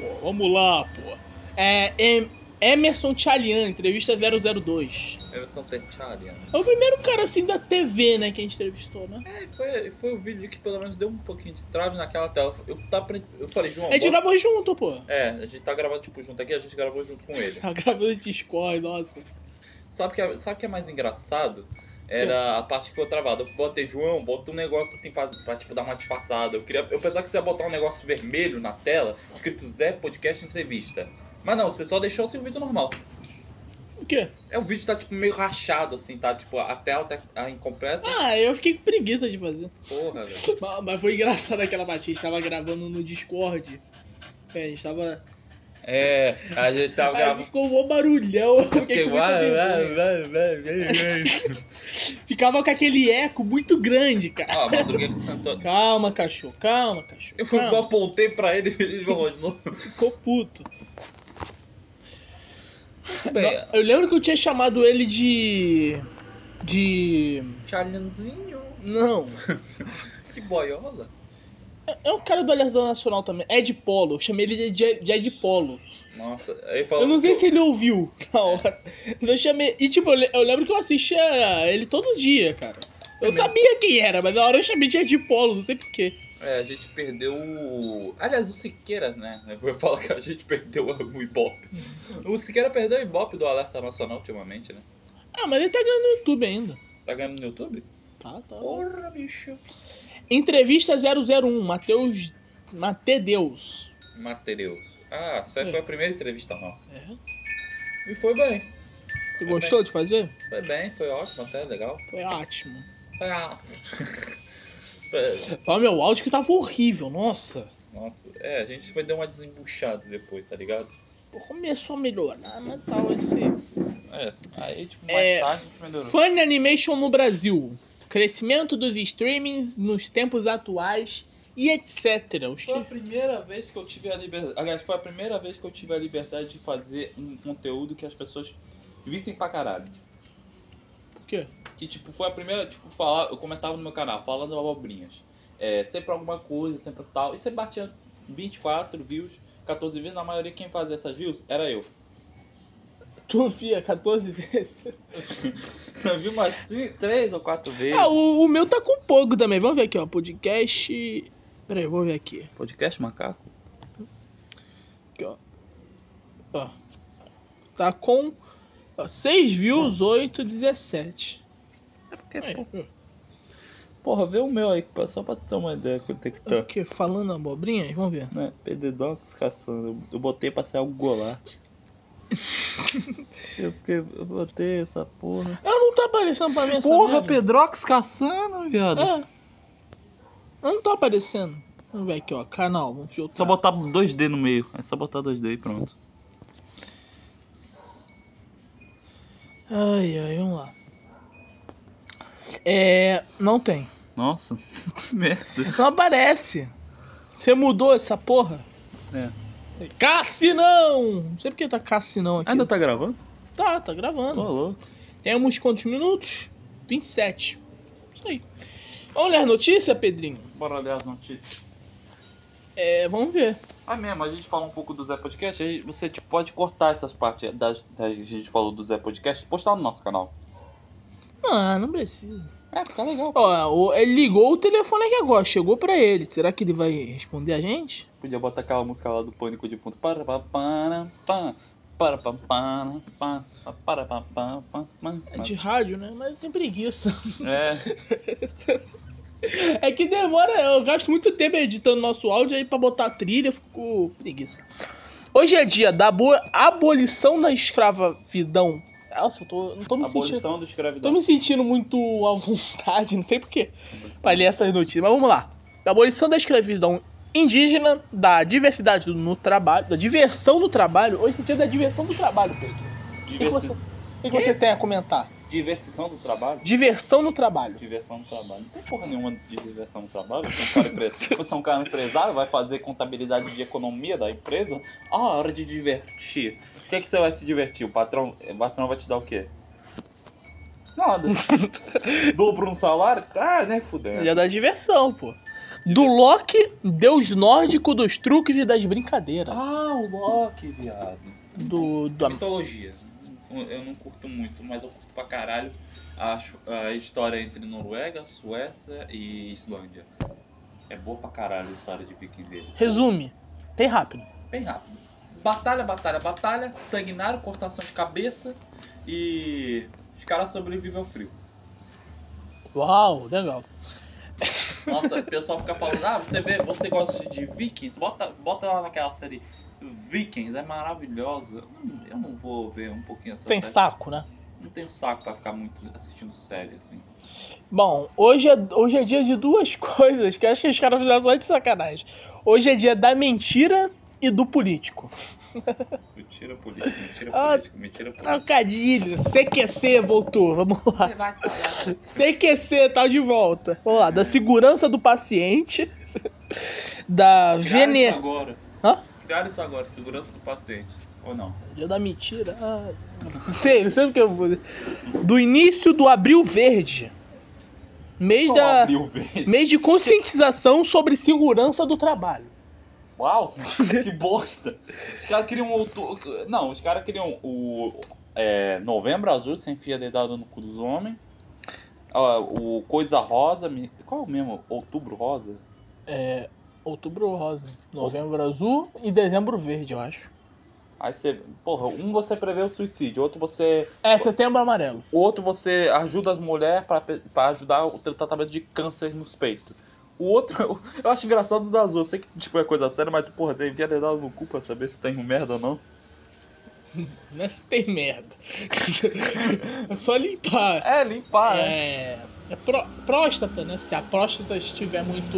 A: Pô, vamos lá, pô. É Em- Emerson Tchalian, entrevista 002.
B: Emerson Tertalian.
A: É o primeiro cara assim da TV, né, que a gente entrevistou, né?
B: É, foi, foi o vídeo que pelo menos deu um pouquinho de trave naquela tela. Eu, tá, pre- eu falei, João,
A: A gente
B: bota-
A: gravou junto, pô.
B: É, a gente tá gravando tipo junto aqui, a gente gravou junto com ele.
A: A gravando Discord, nossa.
B: Sabe o que, é- sabe o que é mais engraçado? Era a parte que ficou travada. Eu botei, João, bota um negócio assim pra, pra, tipo, dar uma disfarçada. Eu, queria, eu pensava que você ia botar um negócio vermelho na tela, escrito Zé Podcast Entrevista. Mas não, você só deixou assim o vídeo normal.
A: O quê?
B: É, o vídeo tá, tipo, meio rachado, assim, tá? Tipo, a tela tá tá incompleta.
A: Ah, eu fiquei com preguiça de fazer.
B: Porra, velho.
A: Mas- Mas foi engraçado aquela batida. A gente É, tava gravando no Discord. É, a gente tava.
B: É, a gente tava
A: Aí
B: gravando.
A: ficou um barulhão. Eu
B: Eu
A: fiquei
B: fiquei,
A: com muita
B: vai, vai,
A: vergonha.
B: vai, vai, vai, vai.
A: Ficava com aquele eco muito grande, cara.
B: Ó, a madrugueta sentou.
A: Calma, cachorro, calma, cachorro.
B: Eu
A: calma.
B: apontei pra ele e ele falou de novo.
A: Ficou puto.
B: Bem,
A: Eu lembro que eu tinha chamado ele de. De.
B: Tchalinzinho.
A: Não.
B: Que boiola.
A: É um cara do Aliança Nacional também. Ed Polo. Eu chamei ele de Ed- de Ed Polo.
B: Nossa, aí falou.
A: Eu não sei
B: que
A: se ele ouviu na hora. Eu chamei. E tipo, eu le- eu lembro que eu assistia ele todo dia, cara. Eu
B: mesmo?
A: sabia quem era, mas na hora eu chamei de Ed Polo, não sei porquê.
B: É, a gente perdeu o. Aliás, o Siqueira, né? Eu vou falar que a gente perdeu o Ibope. O Siqueira perdeu o Ibope do Alerta Nacional ultimamente, né?
A: Ah, mas ele tá ganhando no YouTube ainda.
B: Tá ganhando no YouTube?
A: Tá, tá.
B: Porra, bicho.
A: Entrevista 001, Matheus. Matedeus.
B: Mateus. Ah, essa foi a primeira entrevista nossa.
A: É.
B: E foi bem.
A: Você gostou de fazer?
B: Foi bem, foi ótimo, até legal. Ah.
A: Foi ótimo.
B: Foi a- Foi-
A: Fala, meu áudio que tava horrível, nossa.
B: É, Nossa, é, a gente foi dar uma desembuchada depois, tá ligado?
A: Pô, começou a melhorar, mas tá, tal esse.
B: É, aí tipo, mais
A: É,
B: tarde a gente melhorou.
A: Fan Animation no Brasil. Crescimento dos streamings nos tempos atuais e etc. Os
B: Foi a
A: que...
B: primeira vez que eu tive a liberdade. Aliás, foi a primeira vez que eu tive a liberdade de fazer um conteúdo que as pessoas vissem pra caralho.
A: Por quê?
B: Que tipo, foi a primeira, tipo, falar, eu comentava no meu canal, falando abobrinhas. É, sempre alguma coisa, sempre tal. E você batia 24 views, 14 views, na maioria quem fazia essas views era eu.
A: Tu via 14 vezes.
B: Eu vi umas 3 ou 4 vezes.
A: Ah, o, o meu tá com pouco também. Vamos ver aqui, ó. Podcast. Peraí, vou ver aqui.
B: Podcast macaco?
A: Aqui, ó. Ó. Tá com ó, 6 views, 8, 17.
B: É porque,
A: Aí, ó.
B: porra, vê o meu aí, só pra ter uma ideia quanto é que
A: O que? Falando abobrinhas? Vamos ver.
B: Né? PDDox caçando. Eu botei pra sair o Golart. eu, fiquei, eu botei essa porra.
A: Ela não tá aparecendo pra mim essa
B: Porra,
A: merda.
B: Pedrox caçando, viado.
A: É. Ela não tá aparecendo. Vamos ver aqui, ó. Canal, vamos filtrar.
B: É Só botar 2D no meio. É só botar 2D e pronto.
A: Ai, ai, vamos lá. É. Não tem.
B: Nossa, que merda.
A: Não aparece. Você mudou essa porra?
B: É.
A: Cassinão! Não sei porque tá Cassinão aqui.
B: Ainda tá gravando?
A: Tá, tá
B: Tô
A: gravando.
B: louco.
A: Temos quantos minutos? 27. Isso aí. Vamos ler a notícia, Pedrinho?
B: Bora ler as notícias.
A: É, vamos ver.
B: Ah, mesmo, a gente fala um pouco do Zé Podcast. aí Você tipo, pode cortar essas partes das, das que a gente falou do Zé Podcast e postar no nosso canal.
A: Ah, não precisa.
B: É, fica legal.
A: Ó, o- ele ligou o telefone aqui agora, chegou pra ele. Será que ele vai responder a gente?
B: Podia botar aquela música lá do Pânico de fundo. Para pa para pa para pa para pa para pa pa pa
A: É de rádio, né? Mas eu tenho preguiça.
B: É,
A: É que demora, eu gasto muito tempo editando nosso áudio aí pra botar a trilha, eu fico preguiça. Hoje é dia da abo- abolição da escravidão. Nossa, eu tô, não é tô me sentindo.
B: abolição do
A: Tô
B: escravidão.
A: me sentindo muito à vontade, não sei porquê, pra ler essas notícias, mas vamos lá. Da abolição da escravidão indígena, da diversidade do- no trabalho, da diversão no trabalho. Hoje é dia da diversão do trabalho, Pedro. O que, que você,
B: Diversi...
A: o que que você tem a comentar?
B: Diversição do trabalho?
A: Diversão no trabalho.
B: Diversão do trabalho. Não tem porra nenhuma de diversão do trabalho. Você é um cara, empre- você é um cara empresário, vai fazer contabilidade de economia da empresa. Ah, hora de divertir. O que, é que você vai se divertir? O patrão, o patrão vai te dar o quê? Nada. Dobro um salário? Ah, né, fudendo.
A: Já dá É diversão, pô. Do Loki, deus nórdico dos truques e das brincadeiras.
B: Ah, o Loki, viado.
A: Do, do-
B: Mitologia. Eu não curto muito, mas eu curto pra caralho a, chu- a história entre Noruega, Suécia e Islândia. É boa pra caralho a história de viking dele.
A: Resume. Tem rápido.
B: Bem rápido. Batalha, batalha, batalha, sanguinário, cortação de cabeça e os caras sobrevivem ao frio.
A: Uau, legal.
B: Nossa, o pessoal fica falando, ah, você vê, você gosta de Vikings? Bota, bota lá naquela série Vikings, é maravilhosa. Hum, Eu não vou ver um pouquinho essa
A: Tem
B: série.
A: saco, né?
B: Não tenho saco pra ficar muito assistindo série, assim.
A: Bom, hoje é, hoje é dia de duas coisas que eu acho que os caras fizeram só de sacanagem. Hoje é dia da mentira e do político.
B: Mentira política, mentira
A: Ah,
B: política, mentira política.
A: Trocadilho, CQC voltou, vamos lá.
C: Você vai pagar.
A: CQC tá de volta. Vamos lá, da segurança do paciente, da
B: Criaram
A: gene...
B: isso agora.
A: Hã?
B: Criaram isso agora, segurança do paciente. Ou não?
A: Dia da mentira. Ah, não sei, não sei o que eu vou. Do início do Abril Verde. Mês, da,
B: Abriu verde.
A: mês de conscientização sobre segurança do trabalho.
B: Uau! Que bosta! Os caras criam o. Não, os caras criam o. é, Novembro Azul sem fia dedado no cu dos homens. Ah, o Coisa Rosa. me- Qual é o mesmo? Outubro Rosa?
A: É. Outubro rosa, novembro azul e dezembro verde, eu acho.
B: Aí você. Porra, um você prevê o suicídio, outro você.
A: É, setembro amarelo.
B: O outro você ajuda as mulheres pra, pe- pra ajudar o teu tratamento de câncer nos peitos. O outro, eu acho engraçado o da azul. Eu sei que tipo, é coisa séria, mas porra, você envia dedado no cu pra saber se tem um merda ou não.
A: Não é se tem merda. é só limpar.
B: É, limpar,
A: É. É pró- próstata, né? Se a próstata estiver muito.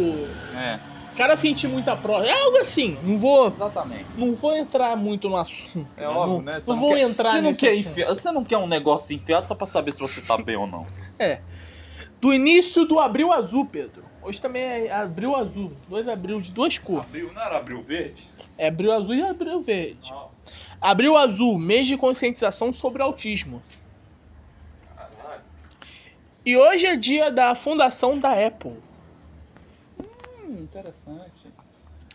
B: É,
A: O cara sentir muita próstata. É algo assim. Não vou.
B: exatamente.
A: Não vou entrar muito no assunto.
B: É
A: né?
B: óbvio,
A: não,
B: né?
A: Não, vou
B: quer-
A: entrar
B: você não,
A: nesse
B: quer
A: assunto.
B: enfiar- você não quer um negócio enfiado só pra saber se você tá bem ou não.
A: É. Do início do Abril Azul, Pedro. Hoje também é Abril Azul. Dois abril de duas cores.
B: Abril, não era abril verde?
A: É Abril Azul e Abril Verde. Abril Azul, mês de conscientização sobre autismo. E hoje é dia da fundação da Apple.
B: Hum, interessante.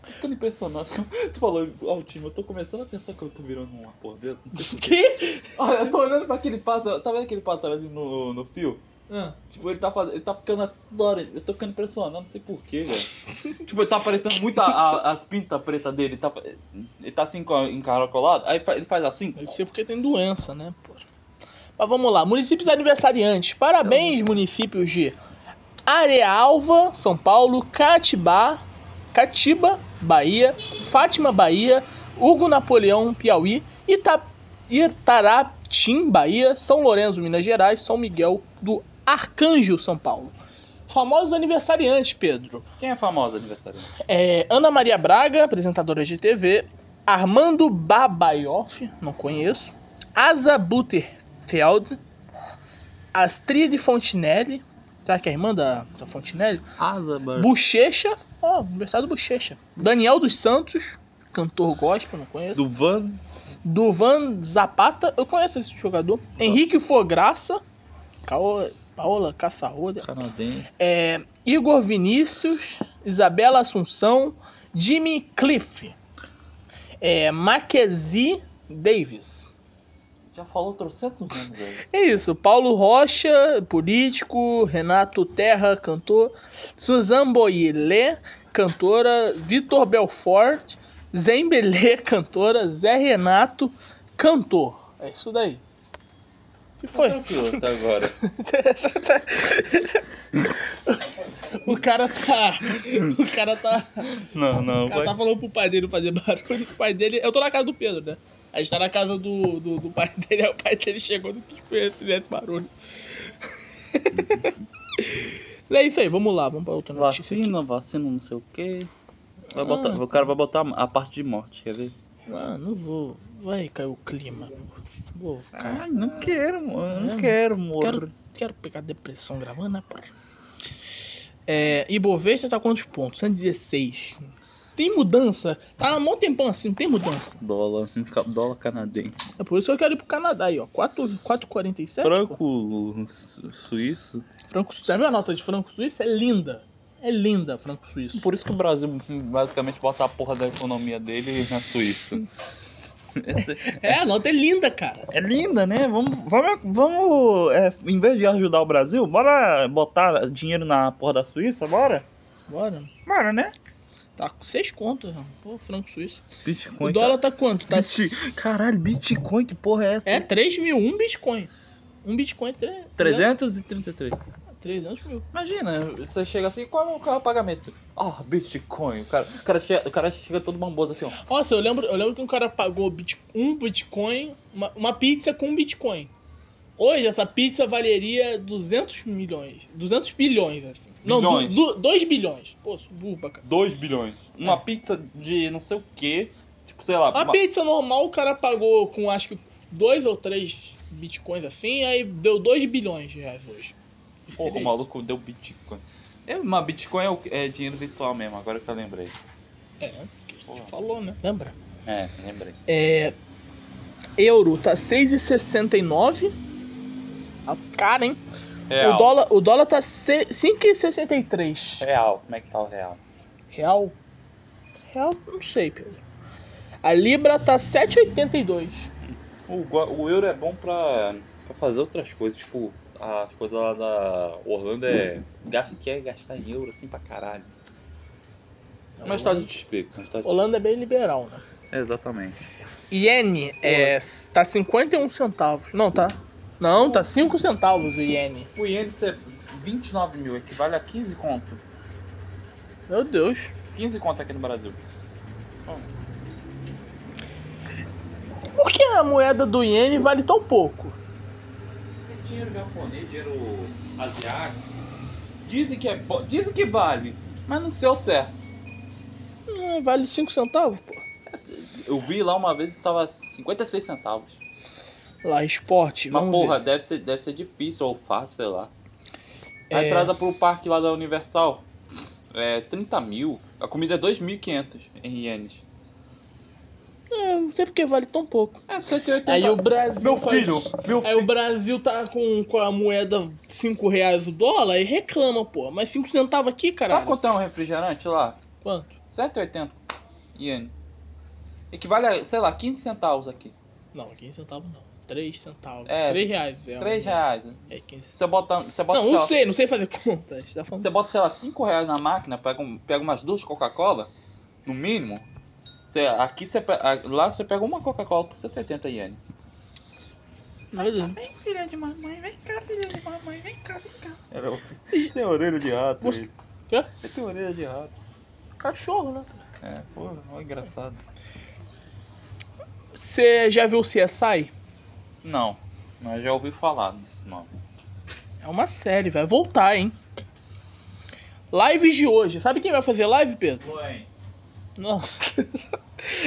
B: Tô ficando impressionado. Tu falou autismo, eu tô começando a pensar que eu tô virando uma porra dessa, não sei por quê.
A: Que?
B: Olha, Ah, eu tô olhando pra aquele pássaro, tá vendo aquele pássaro ali no, no fio? Tipo, ele tá fazendo. Ele tá ficando assim. Dora, eu tô ficando impressionado, não sei porquê, velho. tipo, ele tá aparecendo muito a- a- as pintas pretas dele. Ele tá, ele tá assim com a- encaracolado. Aí fa- ele faz assim.
A: Deve ser porque tem doença, né? pô? Mas vamos lá. Municípios aniversariantes. Parabéns, municípios de Arealva, São Paulo, Catibá, Catiba, Bahia, Fátima, Bahia, Hugo Napoleão, Piauí, Ita Itaratim, Bahia, São Lourenço, Minas Gerais, São Miguel do Arcanjo, São Paulo. Famosos aniversariantes, Pedro.
B: Quem é famoso aniversário?
A: É, Ana Maria Braga, apresentadora de TV. Armando Babayoff, não conheço. Asa Butterfeld. Astrid Fontinelli. Será que é a irmã da, da Fontinelli?
B: Asa, mano.
A: Bochecha. Ó, aniversário do Bochecha. Daniel dos Santos, cantor gospel, não conheço.
B: Do Van.
A: Duvan Zapata, eu conheço esse jogador. Henrique Fograça. Caola, Paola Caçarroda.
B: Canadense.
A: É, Igor Vinícius, Isabela Assunção, Jimmy Cliff, é, Mackenzie Davis.
B: Já falou trocentos anos, velho.
A: É isso, Paulo Rocha, político, Renato Terra, cantor, Suzanne Boyle, cantora, Vitor Belfort, Zembelê, cantora, Zé Renato, cantor. É isso daí. O que foi?
B: Tranquilo até é agora.
A: o cara tá. O cara tá.
B: Não, não,
A: O cara
B: vai.
A: tá falando pro pai dele fazer barulho. O pai dele. Eu tô na casa do Pedro, né? A gente tá na casa do, do, do pai dele. Aí o pai dele chegou e não quis fazer esse neto barulho. é isso aí, vamos lá, vamos pra outra notícia.
B: Vacina, vacina, não sei o quê. Vai botar, O cara vai botar a parte de morte, quer ver?
A: aqui. Ah, não vou. Vai cair o clima. Vou ficar.
B: Ai, não quero, mano. Não É. quero, morrer.
A: Quero, quero pegar depressão gravando, né, pai? É, Ibovespa tá quantos pontos? 116. Tem mudança? Tá há mó tempão assim, não tem mudança.
B: Dólar, um ca- dólar canadense.
A: É por isso que eu quero ir pro Canadá aí, ó. 4
B: É,
A: 4,47.
B: Franco su- suíço.
A: Franco suíço. Já viu a nota de franco suíço? É linda. É linda, franco suíço.
B: Por isso que o Brasil basicamente bota a porra da economia dele na Suíça.
A: É, a nota é linda, cara.
B: É linda, né? Vamos, vamos, vamos é, em vez de ajudar o Brasil, bora botar dinheiro na porra da Suíça, bora?
A: Bora.
B: Bora, né?
A: Tá com 6 contos, mano. pô, franco suíço.
B: Bitcoin.
A: o dólar tá quanto? Tá...
B: Bit- Caralho, Bitcoin, que porra é essa?
A: É 3 mil, um Bitcoin. Um Bitcoin é 3...
B: 333.
A: 300 mil.
B: Imagina, você chega assim, qual é o, qual é o pagamento? Ah, Bitcoin. O cara, o cara chega, o cara chega todo bamboso assim, ó.
A: Nossa, eu lembro, eu lembro que um cara pagou bit- um Bitcoin, uma, uma pizza com um Bitcoin. Hoje essa pizza valeria 200 milhões. 200 bilhões, assim. Não,
B: Bilhões.
A: 2 bilhões. Pô, sou burro pra cacete.
B: 2 bilhões. Uma pizza de não sei o que Tipo, sei lá.
A: A
B: É. uma-
A: pizza normal o cara pagou com acho que dois ou três bitcoins assim, aí deu 2 bilhões de reais hoje.
B: Porra,
A: Seria
B: o
A: isso.
B: maluco deu Bitcoin. É, mas Bitcoin é, o- é dinheiro virtual mesmo, agora que eu lembrei.
A: É, porque a gente
B: Porra.
A: falou, né? Lembra?
B: É, lembrei.
A: É, euro tá 6,69. Ah, Cara, hein?
B: Real.
A: O, dólar, o dólar tá se- 5,63.
B: Real, como é que tá o real?
A: Real? Real, não sei, Pedro. A Libra tá 7,82.
B: O, gua- o euro é bom pra, pra fazer outras coisas, tipo, as coisas lá da Orlando é. Gasta, quer gastar em euro assim pra caralho. Mas tá, a gente explica. Mas tá, a gente-
A: Holanda é bem liberal, né?
B: É, exatamente.
A: Iene é, tá 51 centavos. Não, tá? Não, tá 5 centavos o iene.
B: O ienes é 29 mil, equivale a 15 conto.
A: Meu Deus.
B: 15 conto aqui no Brasil.
A: Por que a moeda do iene vale tão pouco?
B: Dinheiro japonês, dinheiro asiático. Dizem que é bo- Dizem que vale, mas não sei o certo.
A: Hum, vale 5 centavos, pô.
B: Eu vi lá uma vez que tava 56 centavos.
A: Lá, esporte.
B: Mas
A: vamos
B: porra,
A: ver.
B: deve ser, deve ser difícil ou fácil, sei lá. A
A: É.
B: entrada pro parque lá da Universal é 30 mil. A comida é 2.500 em ienes.
A: É, não sei porque vale tão pouco.
B: É 180
A: Aí o Brasil.
B: Meu
A: faz-
B: filho, meu
A: Aí o Brasil tá com, com a moeda 5 reais o dólar e reclama, pô. Mas 5 centavos aqui, caralho.
B: Sabe quanto é um refrigerante lá?
A: Quanto?
B: 180 ienes. Equivale a, sei lá, 15 centavos aqui.
A: Não, 15 centavos não. 3 centavos.
B: É,
A: 3 reais. É
B: 3
A: um-
B: reais.
A: É 15.
B: Você bota, você bota,
A: Não, não
B: sei lá,
A: sei, não sei fazer conta. A gente tá falando.
B: você bota, sei lá, 5 reais na máquina, pega, um- pega umas duas Coca-Cola, no mínimo. Você, aqui você, pe- a- lá você pega uma Coca-Cola por 180 ienes.
A: Meu Deus.
B: Vem, filha de mamãe, vem cá, filha de mamãe, vem cá, vem cá. Tem orelha de rato.
A: Você-
B: ele.
A: Quê?
B: Ele Tem orelha de rato.
A: Cachorro, né?
B: É, porra, ó, engraçado.
A: Você já viu o CSI?
B: Não, mas já ouvi falar desse nome.
A: É uma série, vai voltar, hein? Lives de hoje. Sabe quem vai fazer live, Pedro?
B: Mãe,
A: Não.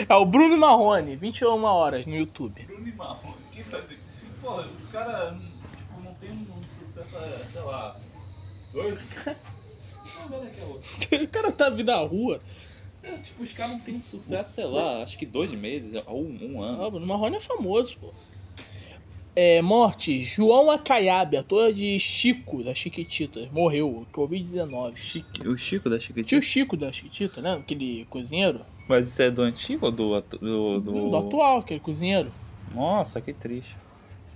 A: É o Bruno Marrone, 21 horas no YouTube.
B: Bruno e Marrom, que fazer? Porra, tá os caras, tipo, não tem um sucesso, sei lá. Dois? Não, olha aqui, outro.
A: O cara tá vindo da rua.
B: É, tipo, os caras não têm sucesso, sei lá, acho que dois meses ou um, um
A: Ah,
B: ano.
A: Bruno Marrone é famoso, pô. É, morte. João Acaiabe, ator de Chico, da Chiquititas, morreu. Covid-19.
B: Chique- o Chico da
A: Tio
B: Chiquitinha.
A: Chico da Chiquitita, né? Aquele cozinheiro.
B: Mas isso é do antigo ou do, atu- do,
A: Do atual, aquele cozinheiro.
B: Nossa, que triste.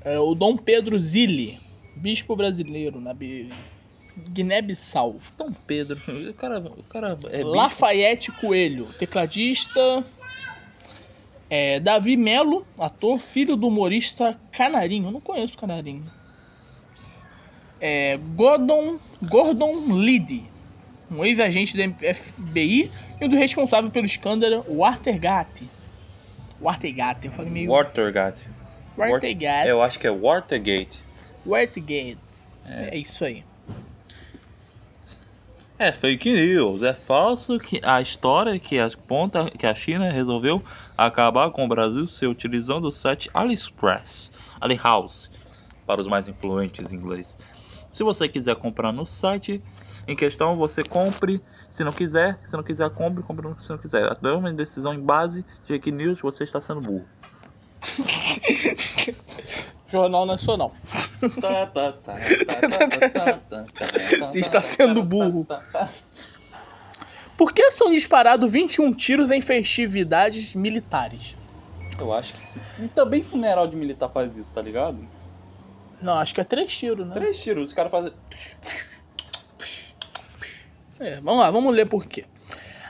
A: É, o Dom Pedro Zilli, bispo brasileiro na Bi- Guiné-Bissau.
B: Dom Pedro, o cara, o cara é bicho.
A: Lafayette Coelho, tecladista. É, Davi Melo, ator, filho do humorista Canarinho. Eu não conheço o Canarinho. É, Gordon, Gordon Liddy, um ex-agente da FBI e um do responsável pelo escândalo Watergate. Watergate, eu falei meio...
B: Watergate.
A: Watergate.
B: Eu acho que é Watergate.
A: Watergate. É. isso aí.
B: É fake news, é falso que a história que aponta que a China resolveu acabar com o Brasil se utilizando o site AliExpress, AliHouse, para os mais influentes em inglês. Se você quiser comprar no site em questão, você compre. Se não quiser, se não quiser, compre, compre se não quiser. A uma decisão em base de fake news, você está sendo burro.
A: Jornal Nacional.
B: Tá, Você
A: está
B: tá,
A: sendo burro. Por que são disparados 21 tiros em festividades militares?
B: Eu acho que. Também funeral de militar faz isso, tá ligado?
A: Não, acho que é três tiros, né?
B: Ah. Três tiros, os caras fazem.
A: É, vamos lá, vamos ler por quê.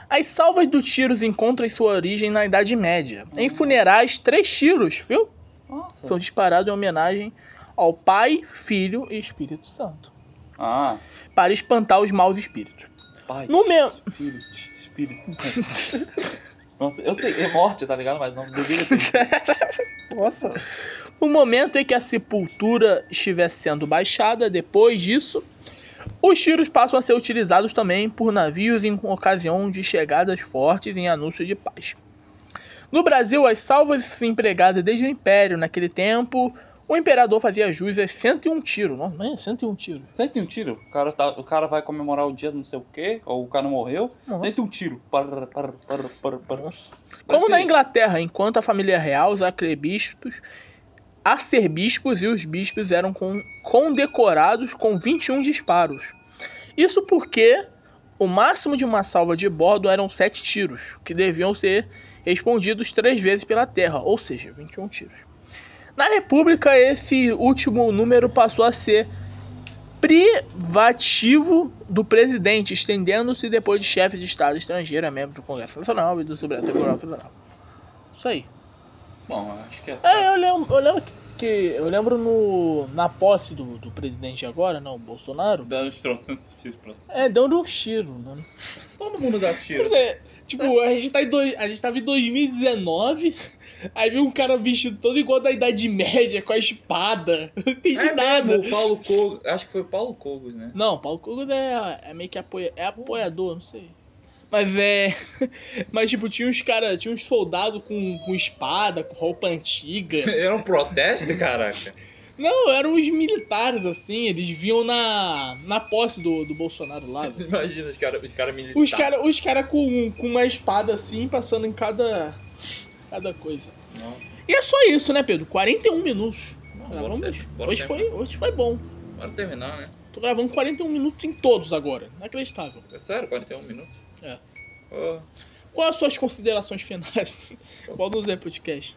A: As salvas dos tiros encontram sua origem na Idade Média. Em funerais, três tiros, viu?
B: Nossa.
A: São disparados em homenagem ao Pai, Filho e Espírito Santo.
B: Ah,
A: Para espantar os maus espíritos.
B: pai.
A: No meu-
B: Espírito, Espírito Santo. Nossa, eu sei, é morte, tá ligado? Mas não deveria ter.
A: Nossa. No momento em que a sepultura estiver sendo baixada, depois disso, os tiros passam a ser utilizados também por navios em ocasião de chegadas fortes em anúncio de paz. No Brasil, as salvas empregadas desde o Império, naquele tempo, o imperador fazia jus a 101 tiros. Nossa, mas é 101 tiros.
C: 101 tiro. O cara, tá, o cara vai comemorar o dia do não sei o quê, ou o cara morreu.
A: Nossa.
C: 101 tiro. Parra, parra, parra, parra, parra.
A: Como
C: Assim,
B: é
A: na Inglaterra, enquanto a família real, os arcebispos, arcebispos e os bispos eram con- condecorados com 21 disparos. Isso porque o máximo de uma salva de bordo eram 7 tiros, que deviam ser respondidos três vezes pela terra, ou seja, 21 tiros. Na República, esse último número passou a ser privativo do presidente, estendendo-se depois de chefe de Estado estrangeiro, é membro do Congresso Nacional e do Supremo Tribunal Federal. Isso aí.
C: Bom, acho que é.
B: Ah.
A: É, eu lembro, eu lembro que, que- eu lembro no, na posse do, do presidente agora, não, o Bolsonaro.
C: Dá uns trocentos tiros pra cima.
A: É, deu um tiro, mano.
B: Todo mundo dá tiro.
A: Pois é, tipo, a gente, tá em dois, a gente tava em 2019, aí viu um cara vestido todo igual da Idade Média, com a espada. Não entendi
B: É
A: nada.
B: mesmo, o Paulo Cogos, acho que foi o Paulo Cogos, né?
A: Não, Paulo Cogos é, é meio que apoia, é apoiador, não sei. Mas é. Mas tipo, tinha uns caras, tinha uns soldados com, com espada, com roupa antiga.
B: Era um protesto, caraca.
A: Não, eram os militares, assim, eles vinham na, na posse do, do Bolsonaro lá. velho.
B: Imagina os caras os cara militares.
A: Os caras os cara com, com uma espada assim, passando em cada. cada coisa.
B: Nossa,
A: E é só isso, né, Pedro? 41 minutos.
B: Não, bora
A: Gravamos.
B: ter- bora
A: Hoje
B: ter-
A: foi, hoje foi bom.
B: bora terminar, né?
A: Tô gravando 41 minutos em todos agora. Inacreditável.
B: É sério, 41 minutos?
A: É.
B: Ô,
A: Quais as suas considerações finais? Qual nos é podcast?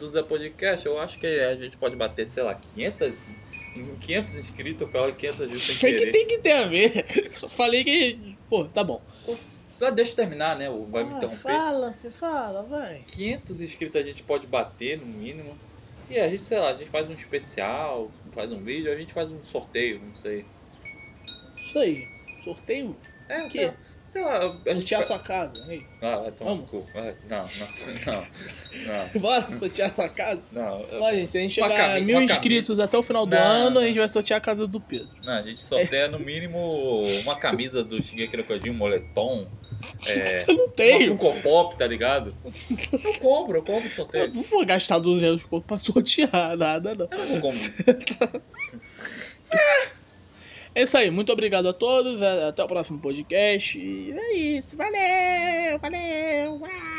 B: do Zé Podcast, eu acho que a gente pode bater, sei lá, 500, em 500 inscritos, eu falo 500 views sem
A: O que, que
B: querer.
A: tem que ter a ver? Só falei que. Pô, tá bom.
B: Já deixa eu terminar, né? O Vai me interromper.
A: Ah, fala, fala, vai.
B: 500 inscritos a gente pode bater, no mínimo. E a gente, sei lá, a gente faz um especial, faz um vídeo, a gente faz um sorteio, não sei.
A: Isso aí. Sorteio?
B: É,
A: Que?
B: sei lá. Sei lá, a gente...
A: Sortear sua casa. Aí.
B: Ah, vai tomar no
A: Vamos.
B: cu. Vai, Não, não,
A: Bora sortear sua casa?
B: não, não, não.
A: Ó, gente, se a gente
B: Uma
A: chegar a
B: cami-
A: mil
B: uma cami-
A: inscritos até o final do
B: Não,
A: ano, a
B: não.
A: gente vai sortear a casa do Pedro.
B: Não, a gente sorteia no mínimo uma camisa do Shigeki no Kyojin, um moletom. É,
A: Eu não
B: uma
A: tenho.
B: Funko Pop, tá ligado? Eu compro, eu compro
A: Eu
B: sorteio.
A: não vou gastar 200 conto pra sortear nada, não.
B: Eu não compro.
A: É isso aí. Muito obrigado a todos. Até o próximo podcast. E é isso. Valeu, valeu. uau.